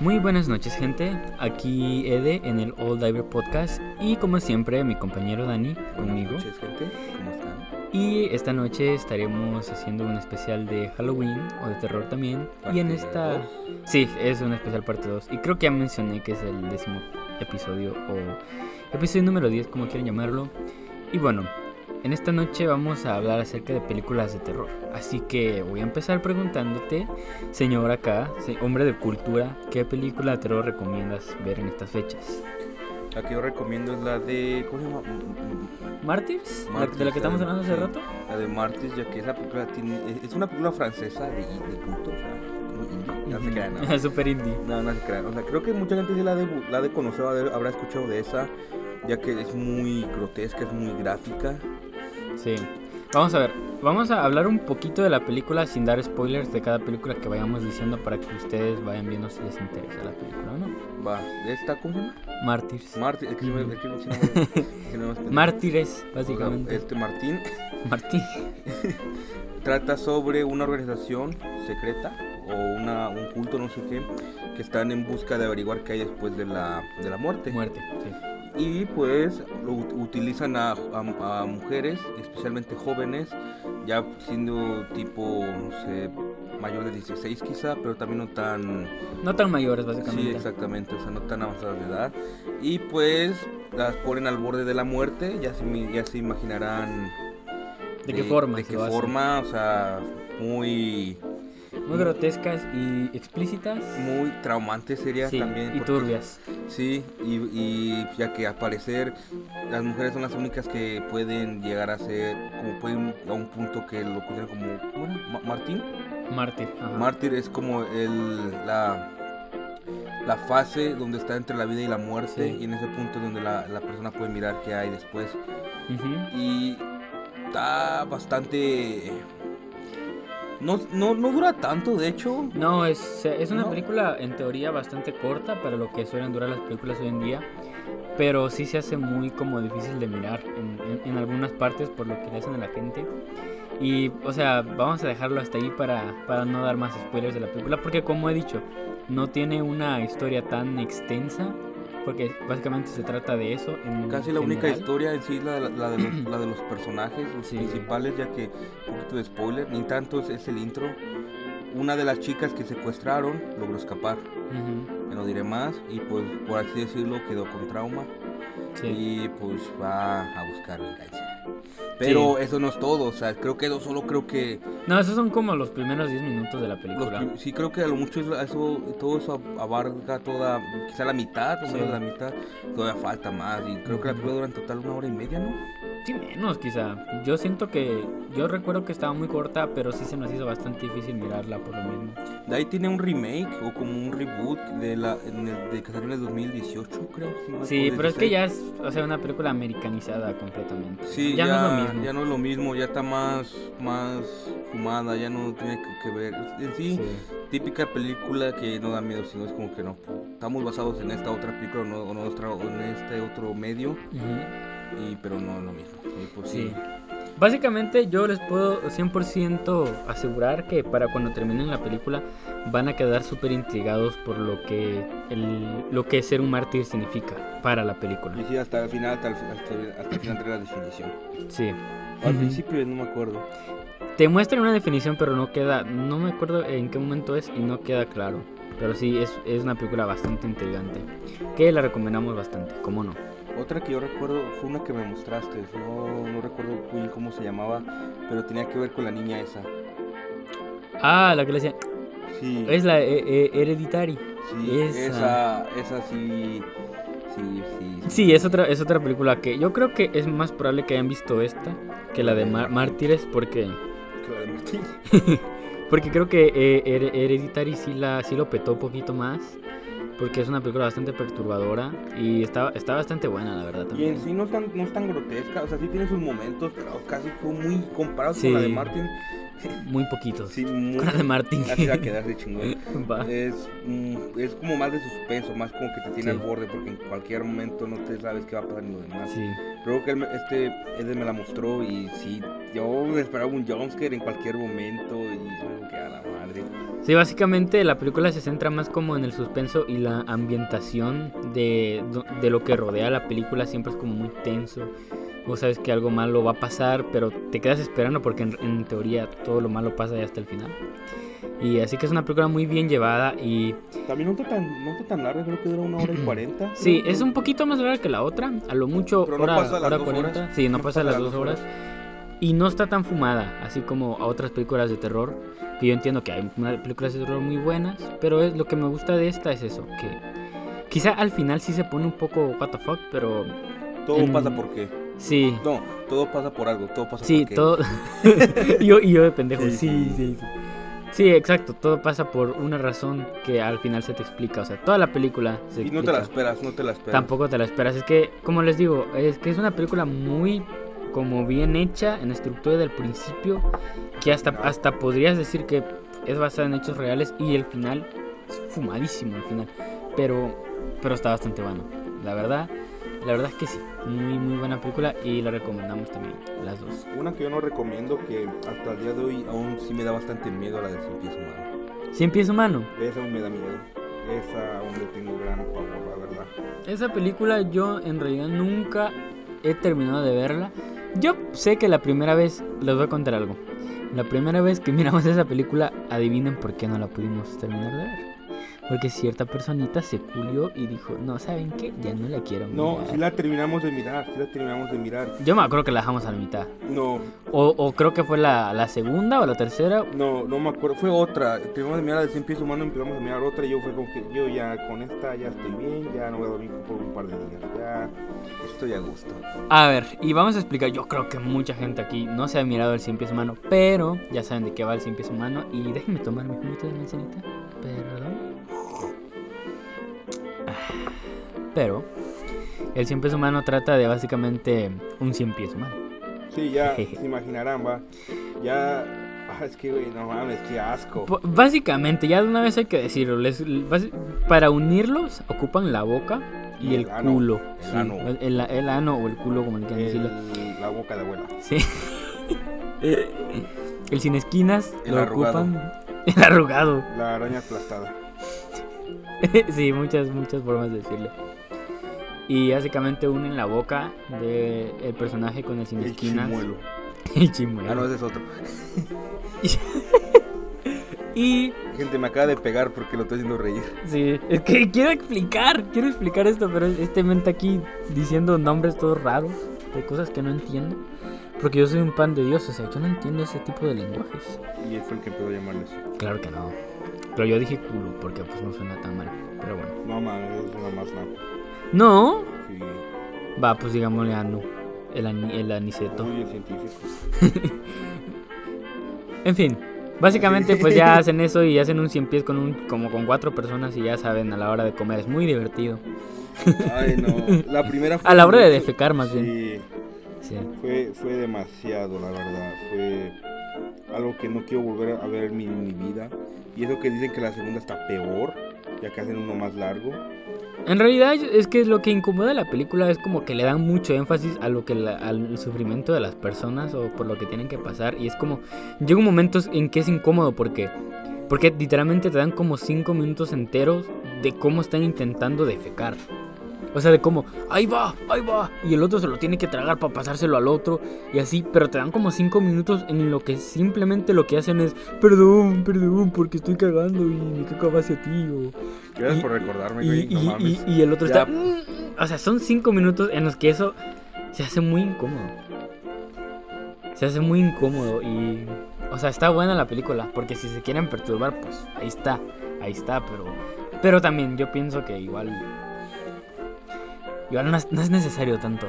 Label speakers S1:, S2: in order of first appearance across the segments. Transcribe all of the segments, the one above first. S1: Muy buenas noches gente, aquí Ede en el All Diver Podcast y como siempre mi compañero Dani conmigo.
S2: Buenas noches, gente. ¿Cómo están?
S1: Y esta noche estaremos haciendo un especial de Halloween o de terror también. y en
S2: Parte
S1: esta...
S2: dos.
S1: Sí, es un especial parte 2. Y creo que ya mencioné que es el décimo episodio o episodio número 10, como quieran llamarlo. Y bueno, en esta noche vamos a hablar acerca de películas de terror. Así que voy a empezar preguntándote, señor acá, se- hombre de cultura, ¿qué película de terror recomiendas ver en estas fechas?
S2: La que yo recomiendo es la de. ¿Cómo se llama? Mm, mm,
S1: ¿Martyrs? ¿La- ¿De la
S2: Martyrs,
S1: que estamos hablando hace
S2: sí.
S1: rato?
S2: mm, La de Martes, ya que esa película tiene- es- Es una película francesa de, de culto, o sea, como indie. No se crean, no.
S1: Super indie.
S2: No, no se crean. O sea, creo que mucha gente sí la de, la de conocer, o de- habrá escuchado de esa, ya que es muy grotesca, es muy gráfica.
S1: Sí. Vamos a ver, vamos a hablar un poquito de la película sin dar spoilers de cada película que vayamos diciendo para que ustedes vayan viendo si les interesa la película o no.
S2: Va, ¿de esta? ¿Cómo se llama?
S1: Mártires.
S2: Martes, es que se me- es que no se me- se me va a entender.
S1: Mártires,
S2: O sea,
S1: básicamente.
S2: Este Martín
S1: Martín.
S2: trata sobre una organización secreta o una, un culto, no sé qué, que están en busca de averiguar qué hay después de la, de la muerte.
S1: Muerte, sí.
S2: Y pues lo ut- utilizan a, a- a mujeres, especialmente jóvenes, ya siendo tipo, no sé, mayor de 16 quizá, pero también no tan...
S1: No tan mayores,
S2: Sí,
S1: básicamente.
S2: exactamente, o sea, no tan avanzadas de edad. Y pues las ponen al borde de la muerte, ya se, mi- ya se imaginarán
S1: ¿De qué forma?
S2: De
S1: se
S2: qué
S1: lo hacen?
S2: forma, o sea, muy,
S1: Muy grotescas y explícitas.
S2: muy traumante sería
S1: Sí,
S2: también.
S1: y
S2: porque-
S1: turbias.
S2: Sí, y, y ya que al parecer las mujeres son las únicas que pueden llegar a ser, como pueden a un punto que lo consideran como, ¿cómo era? Ma- Martín.
S1: Mártir. ajá.
S2: Mártir es como el, la, la fase donde está entre la vida y la muerte,
S1: Sí.
S2: y en ese punto es donde la, la persona puede mirar qué hay después.
S1: Ujú.
S2: y está bastante no, no, no dura tanto de hecho
S1: No, es, es una
S2: No.
S1: película en teoría bastante corta para lo que suelen durar las películas hoy en día, pero sí se hace muy como difícil de mirar en, en- en algunas partes por lo que le hacen a la gente. Y, o sea, vamos a dejarlo hasta ahí para, para no dar más spoilers de la película, porque como he dicho, no tiene una historia tan extensa, porque básicamente se trata de eso. En
S2: casi la única
S1: general.
S2: historia en sí es la, de la- la de, los, la de los personajes los
S1: Sí.
S2: principales ya que un poquito de spoiler ni tanto es, es el intro una de las chicas que secuestraron logró escapar
S1: Ujú,
S2: ya no diré más y pues por así decirlo quedó con trauma
S1: sí.
S2: y pues va a buscar venganza pero eso no es todo o sea creo que eso solo creo que
S1: No, esos son como los primeros 10 minutos de la
S2: Los
S1: película.
S2: prim- sí, creo que a lo mucho es- eso, todo eso ab- abarca toda, quizá la mitad, o
S1: Sí.
S2: menos la mitad, todavía falta más. Y creo que la película dura en total una hora y media, ¿no?
S1: Sí, menos quizá. Yo siento que. Yo recuerdo que estaba muy corta, pero sí se nos hizo bastante difícil mirarla por lo mismo.
S2: De ahí tiene un remake o como un reboot de la en el- de que salió en el 2018, creo. si no me
S1: Sí,
S2: acuerdo,
S1: pero es que
S2: 16.
S1: ya es o sea, una película americanizada completamente.
S2: Sí,
S1: ya, no es lo mismo.
S2: ya no es lo mismo, ya está más, más fumada, ya no tiene que, que ver. En sí,
S1: Sí.
S2: típica película que no da miedo, sino es como que no. Estamos basados en esta otra película o, no, o en otra- o en este otro medio.
S1: Ujú.
S2: y pero no es lo mismo. Y pues
S1: Sí.
S2: sí.
S1: Básicamente yo les puedo 100% asegurar que para cuando terminen la película van a quedar súper intrigados por lo que, el, lo que ser un mártir significa para la
S2: Y
S1: película.
S2: sí, hasta el final, hasta el, hasta el- hasta el final trae la definición.
S1: Sí.
S2: Al
S1: Ujú.
S2: principio no me acuerdo.
S1: Te muestran una definición, pero no queda. No me acuerdo en qué momento es y no queda claro. Pero sí, es, es una película bastante intrigante. Que la recomendamos bastante, cómo no.
S2: Otra que yo recuerdo fue una que me mostraste. No, no recuerdo muy bien cómo se llamaba, pero tenía que ver con la niña esa.
S1: Ah, la que le decía.
S2: Sí,
S1: Es la eh, eh, Hereditary.
S2: sí,
S1: esa.
S2: esa. esa, sí, sí, sí.
S1: Sí, es otra, es otra película que yo creo que es más probable que hayan visto esta que la de Mar- Mártires, porque,
S2: Que la de Martín.
S1: porque creo que eh, Her- Hereditary sí, la, sí lo petó un poquito más. Porque es una película bastante perturbadora y está, está bastante buena, la verdad.
S2: Y
S1: También.
S2: en sí no es, tan, no es tan grotesca, o sea, sí tiene sus momentos, pero casi fue muy comparado
S1: Sí.
S2: con la de Martín.
S1: Muy poquitos.
S2: Sí, muy.
S1: Con la de Ah. Martín.
S2: Así va a quedarse chingón.
S1: Va.
S2: Es, mm, es como más de suspenso, más como que te tiene
S1: Sí.
S2: al borde porque en cualquier momento no te sabes qué va a pasar ni lo demás.
S1: Sí.
S2: Creo que él me- este Eder me la mostró y sí, yo me esperaba un jumpscare en cualquier momento y yo creo que a la madre. Madrid.
S1: Sí, básicamente la película se centra más como en el suspenso y la ambientación de, de lo que rodea la película siempre es como muy tenso. Vos sabes que algo malo va a pasar, pero te quedas esperando porque en, en teoría todo lo malo pasa ya hasta el final. Y así que es una película muy bien llevada y...
S2: También no está tan, no está tan larga, creo que dura una hora y cuarenta.
S1: Sí, es un poquito más larga que la otra, a lo mucho
S2: Pero no
S1: hora,
S2: pasa las
S1: hora
S2: dos
S1: 40.
S2: horas.
S1: Sí, no,
S2: No
S1: pasa, las dos horas. Y no está tan fumada, así como a otras películas de terror, que yo entiendo que hay una- películas de terror muy buenas, pero es, lo que me gusta de esta es eso, que quizá al final sí se pone un poco what the fuck, pero
S2: Todo
S1: En-
S2: pasa por qué.
S1: sí,
S2: No, todo pasa por algo, todo pasa
S1: Sí,
S2: por qué.
S1: todo. yo, y yo de pendejo. Sí,
S2: Sí,
S1: sí, sí. Sí, exacto. Todo pasa por una razón que al final se te explica. O sea, toda la película se
S2: Y no te
S1: explica.
S2: la esperas, no te la esperas.
S1: Tampoco te la esperas. Es que, como les digo, es que es una película muy como bien hecha en estructura del principio. Que hasta, hasta podrías decir que es basada en hechos reales. Y el final es fumadísimo el final. Pero, pero está bastante bueno. La verdad, la verdad es que sí. Muy, muy buena película. Y la recomendamos también, las dos.
S2: Una que yo no recomiendo que hasta el día de hoy aún sí me da bastante miedo la de Cien Pies Humano.
S1: Cien pies humano.
S2: Esa aún me da miedo. Esa aún le tengo gran pavor, la verdad.
S1: Esa película yo en realidad nunca he terminado de verla. Yo sé que la primera vez, les voy a contar algo. La primera vez que miramos esa película, adivinen por qué no la pudimos terminar de ver. Porque cierta personita se culió y dijo, no, ¿saben qué? Ya no la quiero
S2: No,
S1: mirar".
S2: sí la terminamos de mirar, sí la terminamos de mirar.
S1: Yo me acuerdo que la dejamos a la mitad.
S2: No,
S1: O, o creo que fue la, la segunda o la tercera.
S2: no, no me acuerdo. Fue otra. Terminamos de mirar la de Cien Pies Humano, empezamos a mirar otra y yo fue como que yo ya con esta ya estoy bien, ya no voy a dormir por un par de días. Ya estoy a gusto.
S1: A ver, y vamos a explicar, yo creo que mucha gente aquí no se ha mirado el cien pies humano, pero ya saben de qué va el cien pies humano y déjenme tomar mi juguito de manzanita, perdón. Ah, Pero el cien pies humano trata de básicamente un cien pies humano.
S2: Sí, ya se imaginarán, va. Ya. ah, es que, güey, no mames, qué asco.
S1: B- Básicamente, ya de una vez hay que decirlo, les- basi- para unirlos ocupan la boca y
S2: Y
S1: el,
S2: el ano,
S1: culo.
S2: el
S1: Sí,
S2: ano.
S1: el- el ano o el culo, como le quieran decirlo.
S2: El- la boca de abuela.
S1: Sí. El sin esquinas
S2: El
S1: lo
S2: arrugado.
S1: ocupan. El arrugado.
S2: La araña aplastada.
S1: sí, muchas, muchas formas de decirlo. Y básicamente unen la boca del el personaje con el sin
S2: El
S1: esquinas.
S2: chimuelo.
S1: El chimuelo.
S2: Ah, no, ese es otro.
S1: Y
S2: Gente, me acaba de pegar porque lo estoy haciendo reír.
S1: sí, es que quiero explicar, quiero explicar esto, pero este mente aquí diciendo nombres todos raros de cosas que no entiendo. Porque yo soy un pan de Dios, o sea, yo no entiendo ese tipo de lenguajes.
S2: Y él fue el que empezó a llamarle eso.
S1: Claro que no. Pero yo dije culo porque pues no suena tan mal. Pero bueno.
S2: No mames, es una más naco.
S1: No.
S2: Sí.
S1: Va, pues digámosle a no. El, ani- el aniceto.
S2: Muy el científico.
S1: En fin. Básicamente pues ya hacen eso y hacen un 100 pies con un, como con cuatro personas y ya saben a la hora de comer. Es muy divertido.
S2: Ay, no. La primera fue
S1: A la hora de
S2: mucho-
S1: defecar más bien.
S2: Sí.
S1: Sí.
S2: Fue, fue demasiado, la verdad. Fue algo que no quiero volver a ver en mi, en mi vida. Y es lo que dicen que la segunda está peor, ya que hacen uno más largo.
S1: En realidad es que lo que incomoda la película es como que le dan mucho énfasis a lo que la- al sufrimiento de las personas o por lo que tienen que pasar y es como llega un momento en que es incómodo porque porque literalmente te dan como 5 minutos enteros de cómo están intentando defecar. O sea, de cómo, ahí va, ahí va. Y el otro se lo tiene que tragar para pasárselo al otro. Y así, pero te dan como 5 minutos en lo que simplemente lo que hacen es, perdón, perdón, porque estoy cagando y mi caca va hacia ti. O,
S2: Gracias
S1: Y-
S2: por recordarme,
S1: y,
S2: güey. No
S1: y-
S2: mames.
S1: y- y el otro
S2: Ya.
S1: está. "Mm, O sea, son cinco minutos en los que eso se hace muy incómodo. Se hace muy incómodo y. O sea, está buena la película. Porque si se quieren perturbar, pues ahí está. Ahí está, pero. Pero también yo pienso que igual. Igual no es, no es necesario tanto.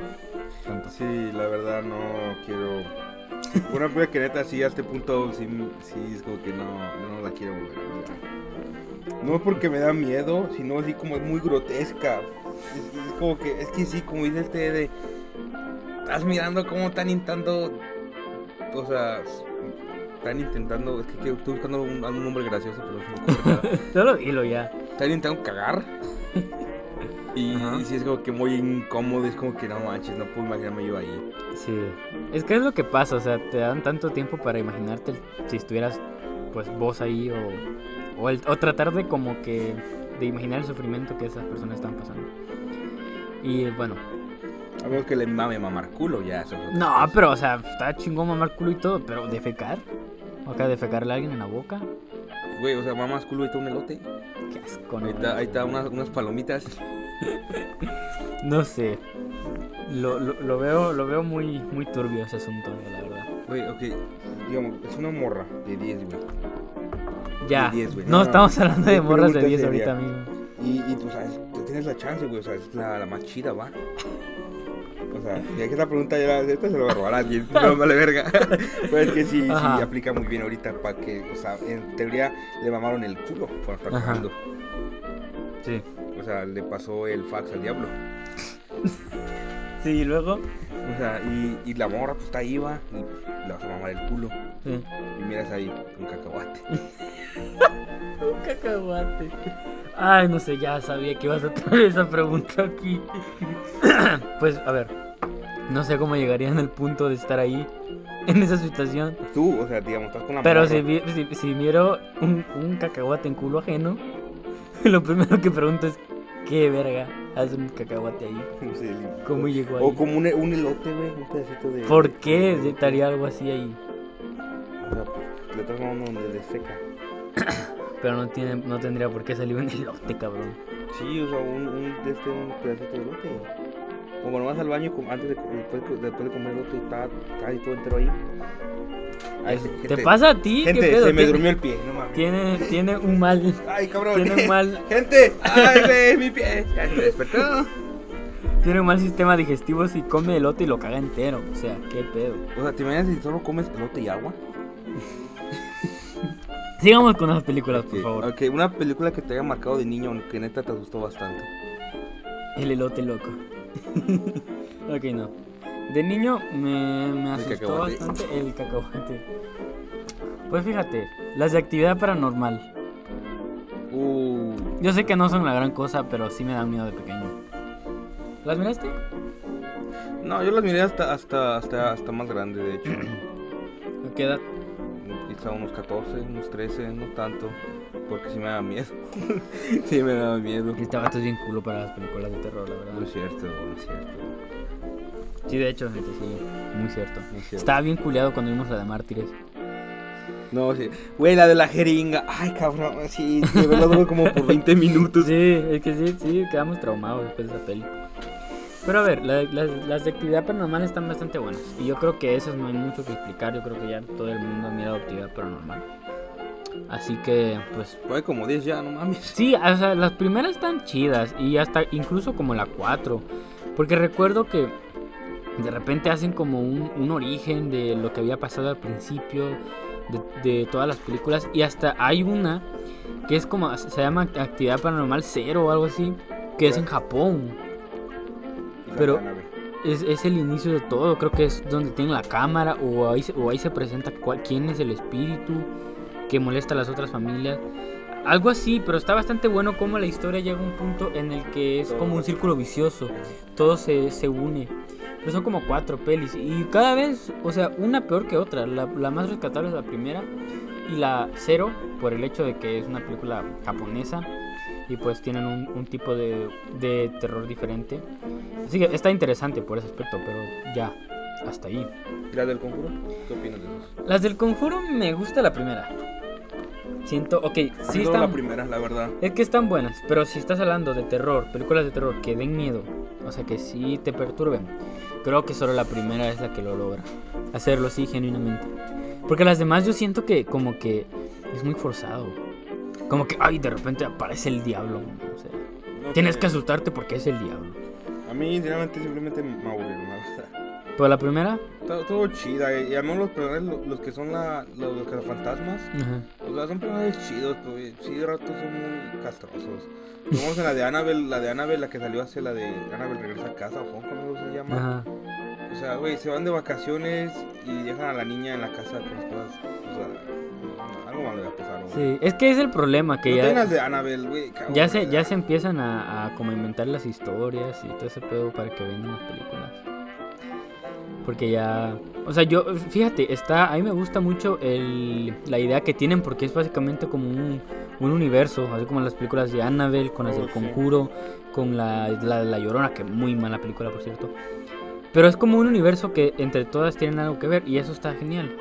S1: Tanto.
S2: Sí, la verdad no quiero. Una película que neta, sí, a este punto, sí, sí, es como que no, no la quiero volver a ver. No es porque me da miedo, sino así como es muy grotesca. Es, es como que, es que sí, como dice este de. Estás mirando cómo están intentando. O sea, están intentando. Es que quiero- estoy buscando un- algún nombre gracioso, pero no me ocurre nada.
S1: Solo dilo ya.
S2: Están intentando cagar. Y,
S1: Ajá.
S2: y sí, es como que muy incómodo. Es como que no manches, no puedo imaginarme yo ahí.
S1: Sí. Es que es lo que pasa. O sea, te dan tanto tiempo para imaginarte el- si estuvieras pues voz ahí o, o, el- o tratar de como que de imaginar el sufrimiento que esas personas están pasando. Y bueno,
S2: Algo que le mame mamar culo ya. eso es otra
S1: no,
S2: cosa.
S1: pero o sea, está chingón mamar culo y todo, pero defecar. O acá defecarle a alguien en la boca.
S2: Güey, o sea, mamas culo ahorita un elote.
S1: Qué asco, ¿no?
S2: Ahorita, ahorita unas, unas palomitas.
S1: No sé. Lo, lo- lo veo, lo veo muy, muy turbio ese asunto, la verdad.
S2: Güey, ok. Digamos, es una morra de 10, güey.
S1: Ya.
S2: De 10, güey.
S1: no,
S2: No,
S1: estamos hablando de
S2: es
S1: morras de
S2: pregunta
S1: 10
S2: seria.
S1: ahorita mismo.
S2: Y, y tú sabes, tú tienes la chance, güey. O sea, es la, la más chida, va. O sea, ya que esta pregunta ya la- esta se la va a robar a alguien. No vale verga. Pero es que sí, sí,
S1: Ajá.
S2: aplica muy bien ahorita para que, o sea, en teoría le mamaron el culo por estar
S1: Ajá.
S2: comiendo.
S1: Sí.
S2: O sea, le pasó el fax al diablo.
S1: Sí, y luego.
S2: O sea, y, y la morra, pues está ahí, va. Y le vas a mamar el culo.
S1: Sí.
S2: Y miras ahí un cacahuate.
S1: Un cacahuate. Ay, no sé, ya sabía que ibas a traer esa pregunta aquí. pues, a ver. No sé cómo llegarían al punto de estar ahí, en esa situación.
S2: Tú, o sea, digamos, estás con la
S1: Pero
S2: morra.
S1: si, vi- si, si miro un, un cacahuate en culo ajeno, lo primero que pregunto es: ¿Qué verga hace un cacahuate ahí?
S2: Sí,
S1: ¿Cómo llegó ahí?
S2: O como un, un elote, güey, un pedacito de.
S1: ¿Por qué estaría algo así ahí?
S2: O sea, pues, le estás mamando donde le seca.
S1: Pero no, tiene, no tendría por qué salir un elote, cabrón.
S2: Sí, o sea, un, un, de este, un pedacito de elote. O cuando vas al baño com- antes de, después, de- después de comer elote, está casi todo entero ahí. Ay, gente-
S1: ¿Te pasa a ti?
S2: Gente,
S1: ¿Qué pedo?
S2: se me
S1: Tiene-
S2: durmió el pie, no mames.
S1: tiene, tiene un mal.
S2: Ay, cabrón.
S1: Tiene un mal,
S2: Gente, ay, güey, mi pie. Ya se me despertó.
S1: tiene un mal sistema digestivo si come elote y lo caga entero. O sea, qué pedo.
S2: O sea, ¿te imaginas si solo comes elote y agua?
S1: Sigamos con las películas, por
S2: Sí.
S1: favor.
S2: Ok, una película que te haya marcado de niño, que neta te asustó bastante.
S1: El elote loco. ok, no. De niño me, me asustó
S2: cacahuate.
S1: bastante el cacahuate. Pues fíjate, las de actividad paranormal.
S2: Uh,
S1: Yo sé que no son la gran cosa, pero sí me dan miedo de pequeño. ¿Las miraste?
S2: no, yo las miré hasta, hasta, hasta, hasta más grande, de hecho.
S1: ¿A qué edad?
S2: Quizá unos 14, unos 13, no tanto. Porque sí me daba miedo. sí me daba miedo.
S1: Este vato es bien culo para las películas de terror, la
S2: No
S1: verdad.
S2: es cierto, no es cierto.
S1: Sí, de hecho, gente, sí. Muy cierto.
S2: No, es cierto.
S1: Estaba bien culeado cuando vimos la de Mártires.
S2: no sí. Güey, la de la jeringa. Ay, cabrón, sí. De verdad duró como por 20 minutos.
S1: Sí, es que sí, sí, quedamos traumados después de esa peli. Pero a ver, la- las- las de actividad paranormal están bastante buenas. Y yo creo que esas no hay mucho que explicar. Yo creo que ya todo el mundo ha mirado actividad paranormal. Así que, pues.
S2: Fue como 10 ya, no mames.
S1: Sí, o sea, las primeras están chidas. Y hasta incluso como la 4. Porque recuerdo que de repente hacen como un, un origen de lo que había pasado al principio. De, de todas las películas. Y hasta hay una que es como. Se llama Actividad Paranormal Cero o algo así. Que es en Japón. Pero- Es, es el inicio de todo, creo que es donde tienen la cámara o ahí, se- o ahí se presenta cuál- quién es el espíritu que molesta a las otras familias. Algo así, pero está bastante bueno como la historia llega a un punto en el que es como un círculo vicioso, todo se, se une. Pero son como cuatro pelis y cada vez, o sea, una peor que otra. La, la más rescatable es la primera y la cero por el hecho de que es una película japonesa y pues tienen un, un tipo de, de terror diferente. Así que está interesante por ese aspecto, pero ya, hasta ahí.
S2: ¿Y la del conjuro? ¿Qué opinas de eso?
S1: Las del conjuro me gusta la primera. Siento, ok, sí
S2: No, la
S1: están,
S2: primera, la verdad.
S1: es que están buenas, pero si estás hablando de terror, películas de terror que den miedo, o sea, que sí te perturben, creo que solo la primera es la que lo logra. Hacerlo así genuinamente. Porque las demás yo siento que como que es muy forzado. Como que, ay, de repente aparece el diablo. o sea,
S2: No
S1: tienes
S2: sé.
S1: que asustarte porque es el diablo.
S2: A mí, sinceramente, simplemente me aburrieron, la verdad.
S1: Pero la primera...
S2: Todo, todo chida, eh, y a mí los personajes, lo- los, que son la, los, los cazafantasmas,
S1: ajá.
S2: o sea, son personajes chidos, pero eh, sí, de rato son muy castrosos. Vamos a la de Annabelle, la de Annabelle, la que salió hace la de Annabelle Regresa a Casa, o como se llama.
S1: Ajá.
S2: O sea, güey, se van de vacaciones y dejan a la niña en la casa con las cosas, o sea, algo malo le va a pasar, güey.
S1: Sí, es que es el problema que
S2: No
S1: ya...
S2: tengas de Annabelle, güey, cabrón,
S1: Ya
S2: o
S1: se,
S2: sea,
S1: ya se empiezan a, a como inventar las historias y todo ese pedo para que vendan las películas. Porque ya. O sea, yo. Fíjate, está. A mí me gusta mucho el, la idea que tienen porque es básicamente como un, un universo. Así como las películas de Annabelle, con las
S2: Oh,
S1: del
S2: sí.
S1: Conjuro, con la, la, La Llorona, que muy mala película, por cierto. Pero es como un universo que entre todas tienen algo que ver y eso está genial.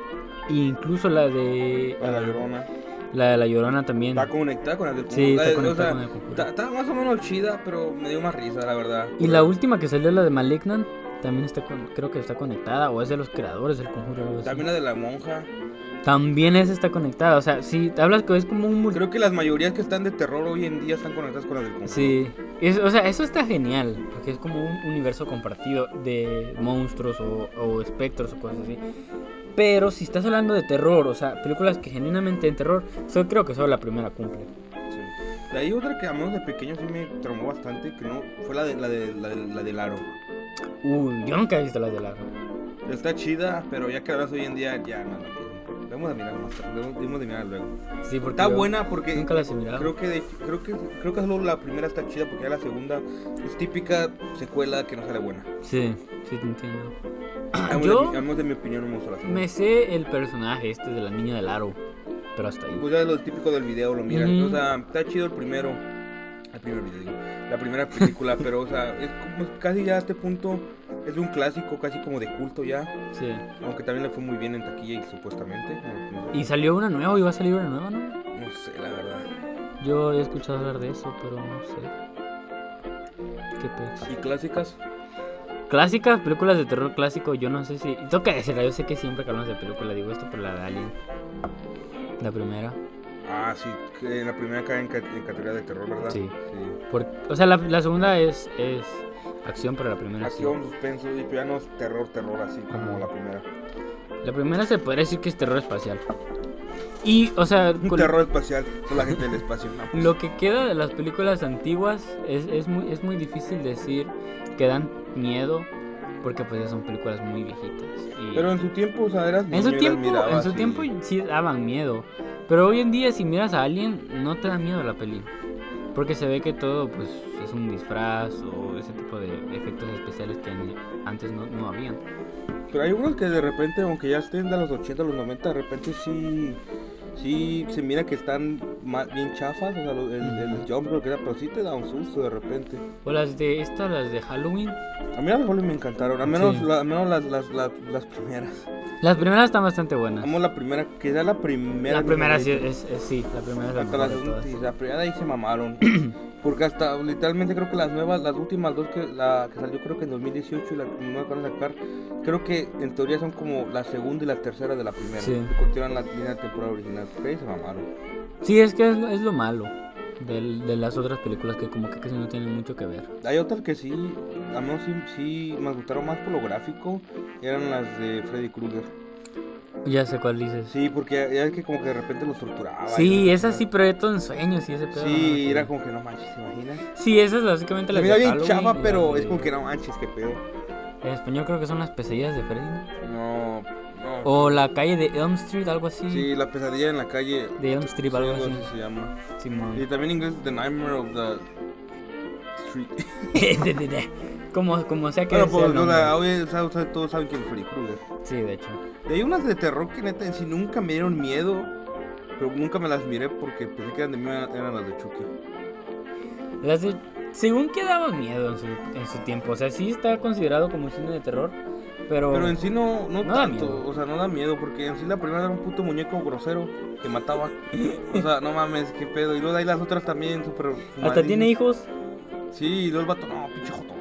S1: E incluso la de.
S2: A la llorona.
S1: La de La Llorona también.
S2: Está conectada con la del
S1: Sí,
S2: Conjuro.
S1: está
S2: Eh,
S1: conectada
S2: o
S1: con
S2: sea,
S1: el Conjuro.
S2: está- Está más o menos chida, pero me dio más risa, la verdad.
S1: Y la última que salió, la de Malignant, también está con- creo que está conectada o es de los creadores del conjuro. o algo así.
S2: También la de la monja.
S1: También esa está conectada. O sea, si te hablas que es como un multi-
S2: Creo que las mayorías que están de terror hoy en día están conectadas con la del Conjuro.
S1: Sí. Es- o sea, eso está genial, porque es como un universo compartido de monstruos o, o espectros o cosas así. Pero si estás hablando de terror, o sea, películas que genuinamente en terror, yo creo que solo la primera cumple.
S2: Sí. De ahí otra que a menos de pequeño sí me traumó bastante, que no, fue la de la de la, de- la del aro.
S1: Uy, yo nunca he visto las de Lara.
S2: Está chida, pero ya que la ves hoy en día, ya no la quiero. Debemos de mirar más tarde, debemos- debemos de mirar luego.
S1: Sí, porque
S2: Está
S1: yo
S2: buena porque
S1: Nunca las he mirado.
S2: creo que de- creo que creo que solo la primera está chida porque ya la segunda es típica secuela que no sale buena.
S1: Sí, sí te entiendo.
S2: A menos de
S1: Ah, Yo-
S2: mi- a menos de mi opinión no me gustó la segunda.
S1: Me sé el personaje este de la niña del aro, pero hasta ahí.
S2: Pues ya lo típico del video lo miras.
S1: Ujú.
S2: O sea, está chido el primero. El primer video, digo, La primera película, pero o sea, es como casi ya a este punto. Es un clásico, casi como de culto ya.
S1: Sí.
S2: Aunque también le fue muy bien en taquilla y supuestamente. No, no-
S1: Y salió una nueva, iba a salir una nueva, ¿no?
S2: no sé, la verdad.
S1: Yo he escuchado hablar de eso, pero no sé. Qué pez.
S2: ¿Y clásicas?
S1: Clásicas, películas de terror clásico, yo no sé si. Tengo que decirla, yo sé que siempre que hablamos de película digo esto, pero la de Alien. La primera.
S2: Ah, sí, que en la primera cae en, ca- en categoría de terror, ¿verdad?
S1: Sí. Por- O sea, la, la segunda es, es acción, pero la primera sí.
S2: Acción, suspenso y ya no es terror, terror, así como
S1: Ajá.
S2: la primera.
S1: La primera se podría decir que es terror espacial. Y, o sea,
S2: Un
S1: con-
S2: terror espacial, son la gente del espacio. no, pues,
S1: Lo que queda de las películas antiguas es, es, muy, es muy difícil decir que dan miedo porque pues ya son películas muy viejitas. y-
S2: Pero en su tiempo, o sea, eras
S1: en su
S2: niño y las
S1: tiempo, en
S2: mirabas
S1: su
S2: y-
S1: tiempo sí daban miedo. Pero hoy en día si miras a alguien no te da miedo la peli. Porque se ve que todo pues es un disfraz o ese tipo de efectos especiales que antes no, no habían.
S2: Pero hay unos que de repente, aunque ya estén de los 80, los 90, de repente sí, sí se mira que están ma- bien chafas. O sea, lo- el, el jump creo que era, pero sí te da un susto de repente.
S1: O las de estas, las de Halloween.
S2: A mí a lo mejor me encantaron, al menos,
S1: Sí.
S2: la- al menos las, las, las, las primeras.
S1: Las primeras están bastante buenas.
S2: Vamos la primera, que era la primera.
S1: La
S2: mi
S1: primera sí,
S2: favorita.
S1: es, es- sí, la primera es la mejor
S2: Hasta la
S1: de
S2: segunda,
S1: todas.
S2: sí, la primera ahí se mamaron. Porque hasta literalmente creo que las nuevas, las últimas dos que, la, que salió creo que en 2018 y la nueva que van a sacar, creo que en teoría son como la segunda y la tercera de la primera.
S1: Sí.
S2: Que Continúan la línea temporal original. Pero ahí se mamaron.
S1: Sí, es que es, lo- es lo malo del- de las otras películas que como que casi no tienen mucho que ver.
S2: Hay otras que sí, a mí sí, sí me gustaron más por lo gráfico, eran las de Freddy Krueger.
S1: Ya sé cuál dices.
S2: Sí, porque ya ya es que como que de repente los torturaba.
S1: Sí,
S2: y-
S1: esa sí, pero era todo en sueños y ese pedo. no,
S2: Sí,
S1: sí.
S2: era como que no manches, ¿te imaginas?
S1: Sí, esa es básicamente la
S2: Se mira
S1: de
S2: bien
S1: Halloween
S2: chafa,
S1: y la
S2: pero
S1: de-
S2: es como que no manches, qué pedo.
S1: En español creo que son las pesadillas de Freddy. ¿no?
S2: No, no.
S1: O la calle de Elm Street, algo así.
S2: Sí, la pesadilla en la calle.
S1: De Elm Street,
S2: sí,
S1: algo
S2: algo
S1: así.
S2: así se llama.
S1: Simón.
S2: Y también en inglés The Nightmare of the Street.
S1: como, como sea que
S2: Bueno,
S1: sea
S2: pues
S1: el
S2: o sea,
S1: nombre.
S2: hoy en día, o sea, todos saben quién es Freddy Krueger.
S1: Sí, de hecho.
S2: De ahí unas de terror que neta en sí nunca me dieron miedo, pero nunca me las miré porque pensé que eran de mí eran las de Chucky.
S1: Las de- Según que daba miedo en su, en su tiempo. O sea, sí está considerado como cine de terror, pero...
S2: Pero en sí no, no,
S1: No da miedo.
S2: tanto, o sea, no da miedo porque en sí la primera era un puto muñeco grosero que mataba. O sea, no mames, qué pedo. Y luego de ahí las otras también, súper.
S1: Hasta
S2: fumadísimas.
S1: tiene hijos.
S2: Sí, y luego el vato, no, pinche joto.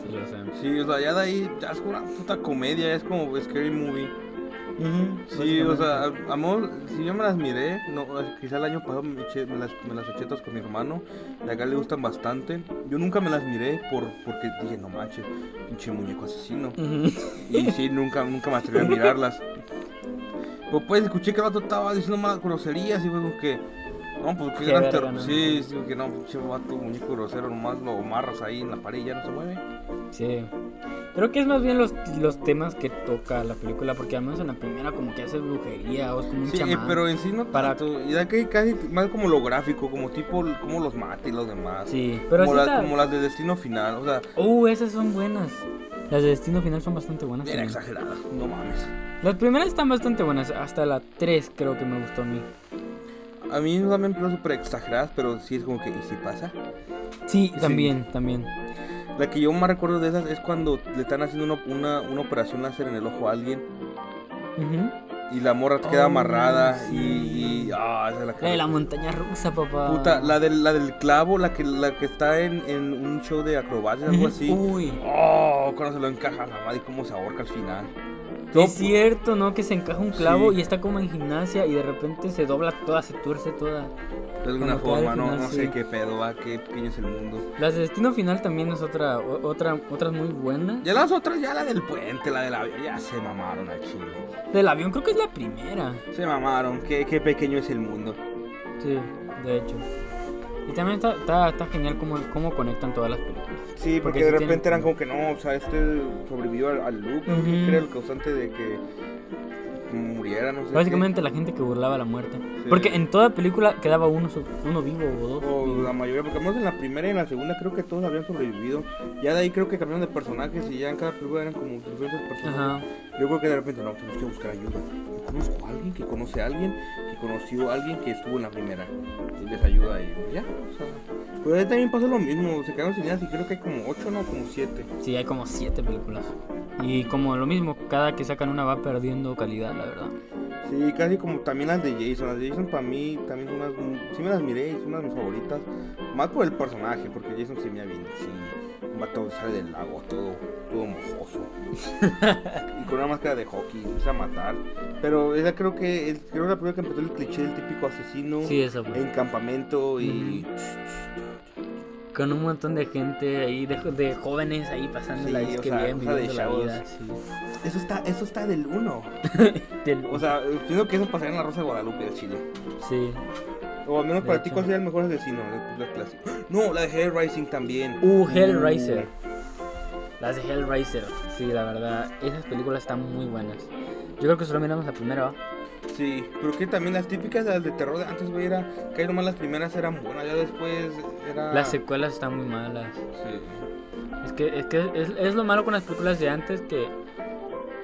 S1: Sí, lo sé.
S2: Sí, o sea, ya de ahí ya es como una puta comedia, es como Scary Movie. Sí, o sea, a- amor, si yo me las miré, no, eh, quizá el año pasado me, eché- me las, me las eché todas con mi hermano, y acá le gustan bastante. Yo nunca me las miré por, porque dije, no manches, pinche muñeco asesino. Y sí, nunca, nunca me atreví a mirarlas. Pues, pues escuché que el vato estaba diciendo más groserías y fue como que. No, pues qué
S1: Qué
S2: gran
S1: verga,
S2: terror.
S1: ¿no?
S2: Sí, sí, que no, pinche vato, muñeco grosero, nomás lo amarras ahí en la pared y ya no se mueve.
S1: Sí. Creo que es más bien los, los temas que toca la película, porque al menos en la primera como que hace brujería o es como un
S2: Sí, eh,
S1: chamán.
S2: pero en sí no
S1: Para-
S2: tanto. Y da que casi más como lo gráfico, como tipo, como los mata y los demás.
S1: Sí, pero
S2: como,
S1: sí
S2: las,
S1: está-
S2: como las de Destino Final, o sea,
S1: Uh, esas son buenas. Las de Destino Final son bastante buenas.
S2: Bien
S1: también.
S2: exagerada, no mames.
S1: Las primeras están bastante buenas, hasta la 3 creo que me gustó a mí.
S2: A mí también son súper exageradas, pero sí es como que, ¿y si pasa?
S1: Sí, también, también.
S2: La que yo más recuerdo de esas es cuando le están haciendo una, una, una operación láser en el ojo a alguien
S1: Ujú.
S2: y la morra queda
S1: Oh,
S2: amarrada
S1: sí.
S2: y... y- Ah, esa es la que...
S1: La de la montaña rusa, papá.
S2: Puta, la del, la del clavo, la que, la que está en, en un show de acrobacias, algo
S1: Ujú. Uh,
S2: así.
S1: Uy.
S2: Oh, cuando se lo encaja a la madre y cómo se ahorca al final. Todo-
S1: Es cierto, ¿no? Que se encaja un clavo
S2: Sí.
S1: y está como en gimnasia y de repente se dobla toda, se tuerce toda.
S2: De alguna
S1: Como que
S2: forma,
S1: al
S2: no,
S1: final,
S2: no
S1: sí.
S2: sé qué pedo, va, qué pequeño es el mundo.
S1: Las de Destino Final también es otra, o- otra, otras muy buenas.
S2: Ya las otras, ya la del puente, la del avión, ya se mamaron al chile.
S1: Del avión creo que es la primera.
S2: Se mamaron, qué, qué pequeño es el mundo.
S1: Sí, de hecho. Y también está, está, está genial cómo, cómo conectan todas las películas.
S2: Sí, porque,
S1: Porque
S2: de
S1: sí
S2: repente
S1: tienen-
S2: eran como que no, o sea, este sobrevivió al, al loop, ¿no?
S1: Ujú.
S2: que era el causante de que muriera, no sé. qué.
S1: Básicamente la gente que burlaba la muerte.
S2: Sí. Oh,
S1: Porque en toda película quedaba uno, so- uno vivo o dos.
S2: O
S1: vivos.
S2: la mayoría, porque al menos en la primera y en la segunda creo que todos habían sobrevivido. Ya de ahí creo que cambiaron de personajes y ya en cada película eran como diferentes personajes.
S1: Ajá.
S2: Yo creo que de repente no, pues tenemos que buscar ayuda. Yo conozco a alguien que conoce a alguien que conoció a alguien que estuvo en la primera. Y les ayuda y ya, o sea. Pues ahí también pasó lo mismo, se quedaron sin ideas y creo que hay como 8, no, como 7.
S1: Sí, hay como siete películas. Y como lo mismo, cada que sacan una va perdiendo calidad, la verdad.
S2: Sí, casi como también las de Jason. Las de Jason para mí también son unas. mu- Sí me las miré y son unas de mis favoritas. Más por el personaje, porque Jason se mira bien. Sí, un vato sale del lago todo, todo mojoso. y con una máscara de hockey, empieza a matar. Pero esa creo que es creo que la primera que empezó el cliché del típico asesino
S1: Sí, esa fue.
S2: en campamento y.
S1: Con un montón de gente ahí, de, de jóvenes ahí pasando la
S2: Sí,
S1: disque
S2: o sea,
S1: bien,
S2: o sea, de
S1: viviendo la
S2: chavos.
S1: vida. sí.
S2: Eso está, eso está del uno.
S1: Del-
S2: O sea, pienso que eso pasaría en la Rosa de Guadalupe al Chile.
S1: sí.
S2: O al menos
S1: De
S2: para ti,
S1: hecho.
S2: ¿cuál sería el mejor asesino? La, la clásica. No, la de Hellrising también.
S1: Uh, Hellraiser. Las de Hellraiser. Sí, la verdad, esas películas están muy buenas. Yo creo que solo miramos la primera, ¿va?
S2: Sí, pero que también las típicas, las de terror de antes, güey, era que ahí nomás las primeras eran buenas, ya después era...
S1: Las secuelas están muy malas.
S2: Sí.
S1: Es que, es, que es, es lo malo con las películas de antes que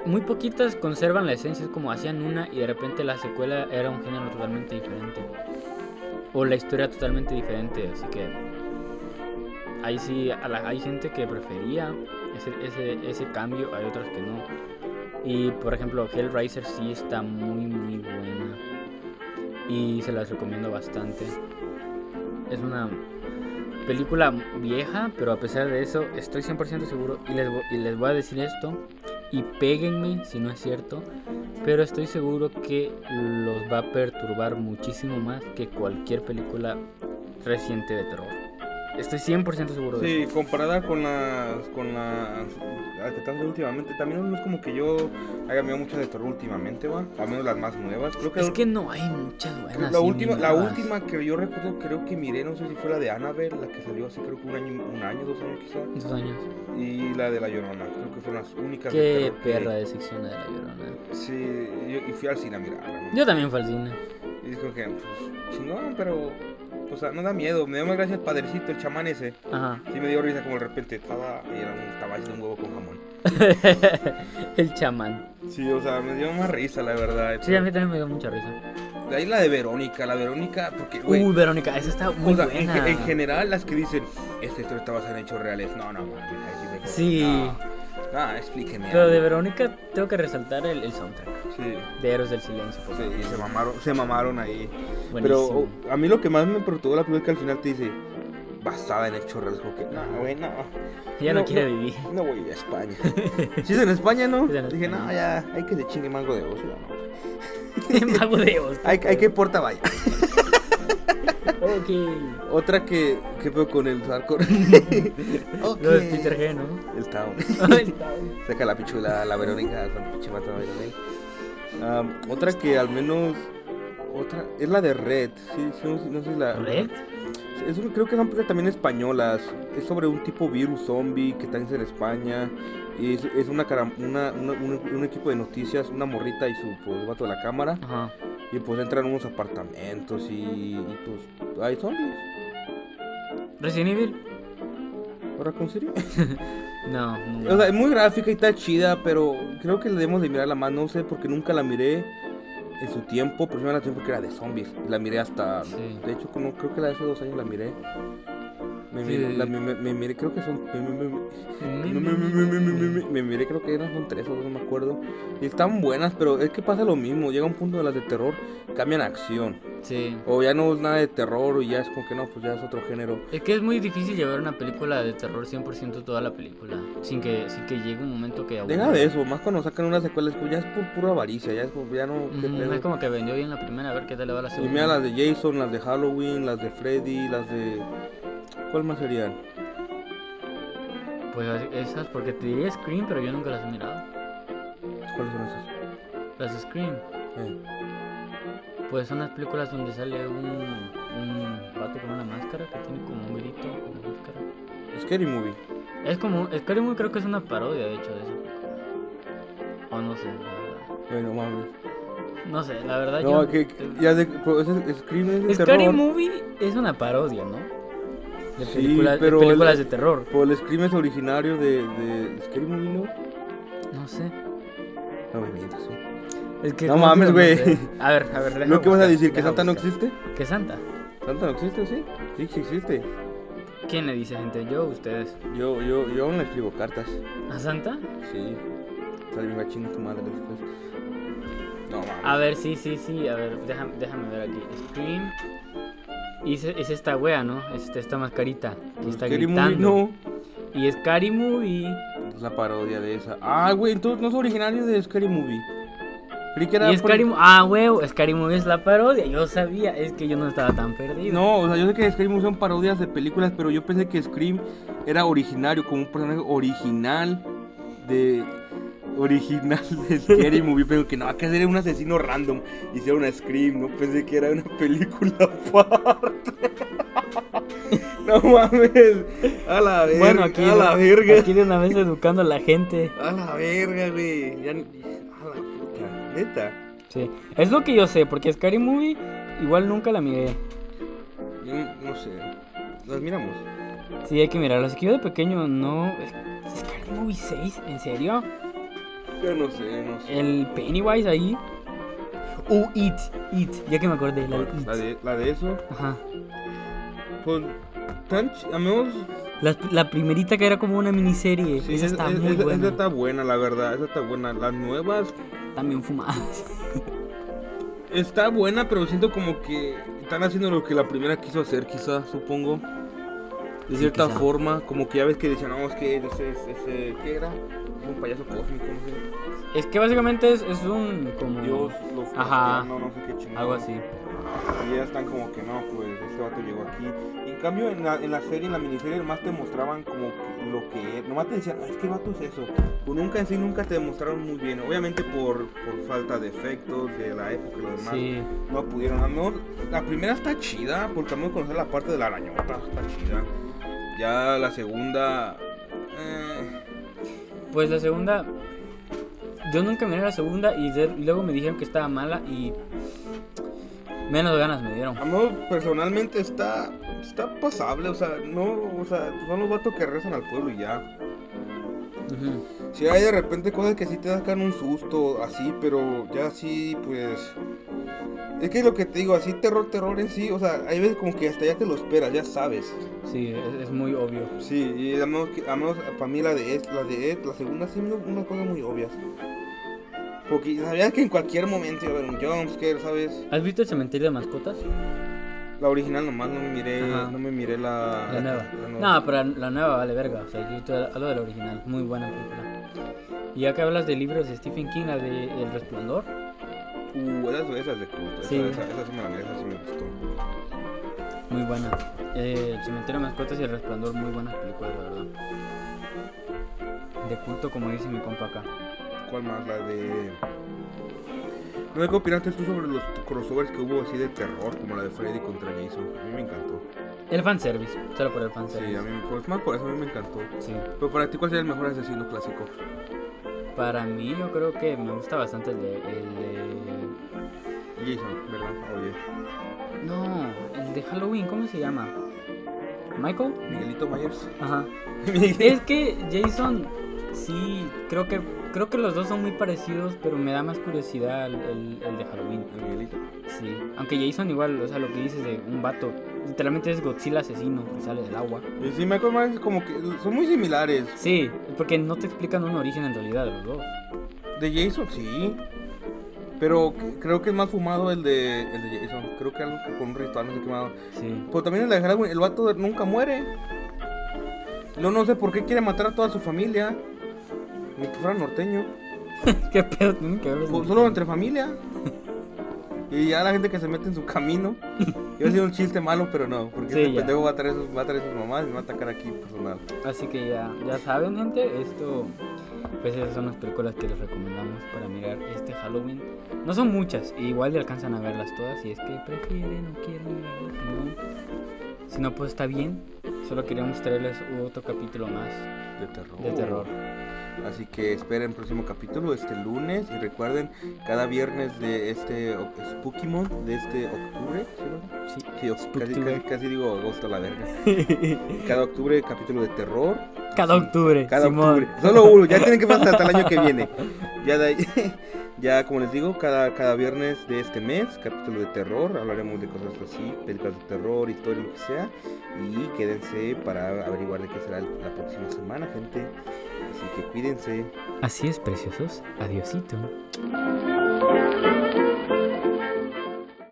S1: muy poquitas conservan la esencia. Es como hacían una y de repente la secuela era un género totalmente diferente. O la historia totalmente diferente. Así que ahí sí, a la- hay gente que prefería ese, ese, ese cambio, hay otras que no. Y por ejemplo, Hellraiser sí está muy, muy buena. Y se las recomiendo bastante. Es una película vieja, pero a pesar de eso estoy 100% seguro y les, vo- y les voy a decir esto y péguenme si no es cierto, pero estoy seguro que los va a perturbar muchísimo más que cualquier película reciente de terror. Estoy 100% seguro de
S2: Sí,
S1: eso.
S2: comparada con las, con las, las que están saliendo últimamente, también no es como que yo haya mirado mucho de terror últimamente, va, al menos las más nuevas, creo que...
S1: Es que no hay muchas buenas.
S2: la
S1: sí,
S2: última,
S1: muy
S2: la
S1: nuevas.
S2: última que yo recuerdo, creo que miré, no sé si fue la de Annabelle, la que salió hace creo que un año, un año dos años quizá,
S1: Esos años.
S2: y la de La Llorona, creo que fueron las únicas de
S1: Qué
S2: terror que-
S1: perra de sección de la llorona.
S2: Sí, y- y fui al cine a mirarla, ¿no?
S1: Yo también fui al cine.
S2: Y dijo que, pues, chingón, pero, o sea, no da miedo. Me dio más gracia el padrecito, el chamán ese.
S1: Ajá.
S2: Sí me dio risa como de repente estaba, y era un, estaba haciendo un huevo con jamón.
S1: El chamán.
S2: Sí, o sea, me dio más risa, la verdad.
S1: Sí, a mí también me dio mucha risa.
S2: De ahí la de Verónica, la Verónica, porque, güey,
S1: Uy, Verónica, esa está muy
S2: o sea, en,
S1: buena.
S2: ge- en general las que dicen, esta historia está basada en hechos reales. No, no, mames, ahí me-
S1: Sí.
S2: no. Ah, explíqueme.
S1: Pero de
S2: algo.
S1: Verónica tengo que resaltar el, el soundtrack
S2: Sí,
S1: de Héroes del Silencio. por favor.
S2: sí, se mamaron, se mamaron ahí.
S1: Buenísimo.
S2: Pero o- a mí lo que más me perturbó la película es que al final te dice, basada en hechos reales, como que, no, güey, no.
S1: Ella no,
S2: oh, no,
S1: quiere
S2: no.
S1: vivir.
S2: No voy a ir a España. Si es en España, ¿no?
S1: Es en
S2: Dije,
S1: España.
S2: no, ya, hay que se chingue mango de ocio, ¿no?
S1: Mago de Oz.
S2: Hay, hay que porta vaya.
S1: Ok.
S2: Otra que, que fue con el arco. Ok.
S1: Lo de Peter G, ¿no?
S2: El town.
S1: Ay,
S2: Saca la pichula, la Verónica, con pinche mata a Verónica. Am, otra que al menos. Otra, es la de Red, sí, sí, no, sé- no sé si la...
S1: ¿Red?
S2: Es un- creo que son películas también españolas. Es sobre un tipo virus zombie que está en España. Y es, es una, cara- una- una- un, un equipo de noticias, una morrita y su pues, vato de la cámara.
S1: Ajá.
S2: Y pues entran a unos apartamentos y, y, pues hay zombies.
S1: Resident Evil.
S2: ¿Ahora con serio?
S1: No, no.
S2: O sea, es muy gráfica y está chida, pero creo que le debemos de mirarla más, no sé, porque nunca la miré en su tiempo, pero sí me la tiempo que era de zombies. y La miré hasta,
S1: Sí.
S2: de hecho, como, creo que la de hace dos años la miré. Me,
S1: Sí.
S2: miré- la- me- me- me miré, creo que son... me- me- me-
S1: Mm,
S2: me- me- me- me- me- me- me- Me miré, creo que eran son tres o dos, no me acuerdo. Y están buenas, pero es que pasa lo mismo. Llega un punto de las de terror, cambian a acción.
S1: Sí.
S2: O ya no es nada de terror, y ya es como que no, pues ya es otro género.
S1: Es que es muy difícil llevar una película de terror 100% toda la película, sin que sin que llegue un momento que aburra.
S2: Deja de eso, más cuando sacan una secuela, es como, ya es por pura avaricia, ya es como, ya no.
S1: Ujú,
S2: qué
S1: no es
S2: pedo.
S1: como que vendió bien la primera, a ver qué tal le va la
S2: Y
S1: segunda.
S2: mira las de Jason, las de Halloween, las de Freddy, las de. ¿Cuál más serían?
S1: Pues esas, porque te diría Scream, pero yo nunca las he mirado.
S2: ¿Cuáles son esas?
S1: Las de Scream,
S2: Eh,
S1: pues son las películas donde sale un, un vato con una máscara que tiene como un grito, una máscara.
S2: Scary Movie.
S1: Es como, Scary Movie creo que es una parodia, de hecho, de esa película. O no sé, la verdad.
S2: Bueno, mames.
S1: No sé, la verdad
S2: No,
S1: yo...
S2: que. que- Ya de. pero ese Scream es de
S1: Scary
S2: terror.
S1: Movie es una parodia, ¿no? De
S2: Sí,
S1: películas, de
S2: pero
S1: películas
S2: el-
S1: de terror.
S2: Pero el Scream es originario de. de Scary Movie, ¿no?
S1: No sé.
S2: No me mientas, ¿eh?
S1: Es que
S2: No
S1: ¿cómo
S2: mames,
S1: te lo
S2: güey.
S1: sé? A ver, a ver. deja
S2: ¿Lo que vas a
S1: buscar,
S2: decir? ¿Que
S1: deja
S2: Santa no
S1: buscar.
S2: existe?
S1: ¿Que Santa?
S2: ¿Santa no existe, sí? Sí, sí existe.
S1: ¿Quién le dice gente? ¿Yo o ustedes?
S2: Yo, yo, yo aún le escribo cartas.
S1: ¿A Santa?
S2: Sí. Sale bien machín tu madre después. No mames.
S1: A ver, sí, sí, sí. A ver, déjame, déjame ver aquí. Scream. Y es, es esta wea, ¿no? Este, esta mascarita que
S2: Pues
S1: está
S2: Scary Movie,
S1: gritando.
S2: no.
S1: Y Scary Movie.
S2: Es la parodia de esa. Ah, güey, entonces no es originario de Scary Movie. Creí que era
S1: Y
S2: por-
S1: Scary Mo- Ah, huevo. Scary Movie es la parodia. Yo sabía. Es que yo no estaba tan perdido.
S2: No, o sea, yo sé que Scream son parodias de películas, pero yo pensé que Scream era originario, como un personaje original de. Original de Scary Movie, pero que no, que era un asesino random. Hicieron una Scream, no pensé que era una película aparte. no mames. A la verga.
S1: Bueno, aquí,
S2: a la verga.
S1: aquí de una vez educando a la gente.
S2: A la verga, güey. Ya ni- A la puta. Neta.
S1: Sí. Es lo que yo sé, porque Scary Movie igual nunca la miré.
S2: Yo no sé. Las miramos.
S1: Sí, hay que mirarla. Es que yo de pequeño no. es- Scary Movie 6, ¿en serio?
S2: Yo no sé, no sé.
S1: El Pennywise ahí. Uh, It, It, ya que me acordé, la de It.
S2: La de, la de eso.
S1: Ajá.
S2: Pues. Tan ch... a menos-
S1: La, la primerita que era como una miniserie.
S2: pues sí,
S1: esa
S2: es-
S1: está
S2: es-
S1: muy
S2: esa-
S1: buena.
S2: esa está buena, la verdad. Esa está buena. Las nuevas.
S1: También fumadas.
S2: Está buena, pero siento como que están haciendo lo que la primera quiso hacer, quizás, supongo. De
S1: Sí,
S2: cierta
S1: quizá.
S2: forma, como que ya ves que decían, no, es que ese, ese, ¿qué era? Un payaso cósmico, no sé.
S1: Es que básicamente es, es un. Como,
S2: Dios, lo fue,
S1: Ajá.
S2: no, no sé qué chingón.
S1: Algo así.
S2: Y ya están como que no, pues este vato llegó aquí. Y en cambio, en la, en la serie, en la miniserie, más te mostraban como que lo que es. Nomás te decían, "Ah, es que el vato es eso. Pues nunca en sí, nunca te demostraron muy bien. Obviamente por, por falta de efectos de la época y lo demás.
S1: Sí.
S2: No pudieron. A lo mejor la primera está chida, porque al menos conocer la parte de la arañota está chida. Ya la segunda. eh,
S1: Pues la segunda. Yo nunca miré la segunda y de- luego me dijeron que estaba mala y. Menos ganas me dieron.
S2: a lo mejor personalmente está. Está pasable, o sea, no, o sea, son los vatos que rezan al pueblo y ya.
S1: Ujú.
S2: Si hay de repente cosas que sí te sacan un susto, así, pero ya así, pues. Es que es lo que te digo, así terror, terror en sí, o sea, hay veces como que hasta ya te lo esperas, ya sabes.
S1: Sí, es, es muy obvio.
S2: Sí, y a menos, que- a menos para mí la de Ed, la de Ed, la segunda sí no- unas cosas muy obvias. Porque sabías que en cualquier momento iba a haber un jumpscare, ¿sabes?
S1: ¿Has visto el cementerio de mascotas?
S2: La original nomás no me miré,
S1: Ajá.
S2: no me miré la.
S1: La nueva. No, pero la nueva vale verga. O sea, yo te hablo de la original. Muy buena película. Y ya que hablas de libros de Stephen King, la de El Resplandor.
S2: Uh, esas, esas de culto,
S1: Sí.
S2: esa, esa, esa sí me la miré, esa sí me gustó.
S1: Muy buena. Eh, el Cementerio de Mascotas y El Resplandor, muy buenas películas, la verdad. De culto, como dice mi compa acá.
S2: ¿Cuál más? La de. No sé qué opinaste tú sobre los crossovers que hubo así de terror, como la de Freddy contra Jason. A mí me encantó.
S1: El fanservice, solo por el
S2: Sí, a
S1: fanservice.
S2: mí me pues, más por eso a mí me encantó.
S1: Sí,
S2: Pero para ti, ¿cuál sería el mejor asesino clásico?
S1: Para mí, yo creo que me gusta bastante el de. El de...
S2: Jason, ¿verdad? Oye.
S1: No, el de Halloween, ¿cómo se llama? Michael.
S2: Miguelito Myers.
S1: Ajá. es que Jason, sí, creo que creo que los dos son muy parecidos, pero me da más curiosidad el, el- el de Halloween.
S2: El Miguelito.
S1: Sí. Aunque Jason igual, o sea, lo que dices de un vato, literalmente es Godzilla asesino que sale del agua.
S2: Y sí, Michael Myers es como que son muy similares.
S1: Sí, porque no te explican un origen en realidad de los dos.
S2: De Jason, sí. Pero c- creo que es más fumado el de, el de Jason. Creo que algo que con un ritual no sé quemado.
S1: Sí.
S2: Pero también el de Halloween, el vato nunca muere. No, no sé por qué quiere matar a toda su familia. Ni que fuera norteño.
S1: ¿Qué pedo tienen que ver los
S2: Pues
S1: dos?
S2: Solo entre familia. Y ya la gente que se mete en su camino. Yo sido un chiste malo, pero no. Porque
S1: Sí,
S2: este
S1: ya.
S2: pendejo va a traer sus, va a traer sus mamás y me va a atacar aquí personal.
S1: Así que ya, ya saben, gente, esto. Pues esas son las películas que les recomendamos para mirar este Halloween. No son muchas, e igual le alcanzan a verlas todas si es que prefieren o quieren mirarlas. Si no, si no, pues está bien. Solo queríamos traerles otro capítulo más
S2: De terror.
S1: de terror.
S2: Así que esperen el próximo capítulo este lunes. Y recuerden, cada viernes de este o- Spookymon, de este octubre. ¿sí, no?
S1: Sí.
S2: Sí, o- casi,
S1: Spooktober.
S2: casi- casi digo agosto a la verga. Cada octubre, capítulo de terror.
S1: Cada
S2: Así-
S1: octubre.
S2: Cada
S1: Simón.
S2: octubre. Solo uno. Ya tienen que pasar hasta el año que viene. Ya, de ahí- ya como les digo, cada, cada viernes de este mes, capítulo de terror. Hablaremos de cosas así, películas de terror, historia, lo que sea. Y quédense para averiguar de qué será el- la próxima semana, gente. Así que cuídense.
S1: Así es, preciosos. Adiosito.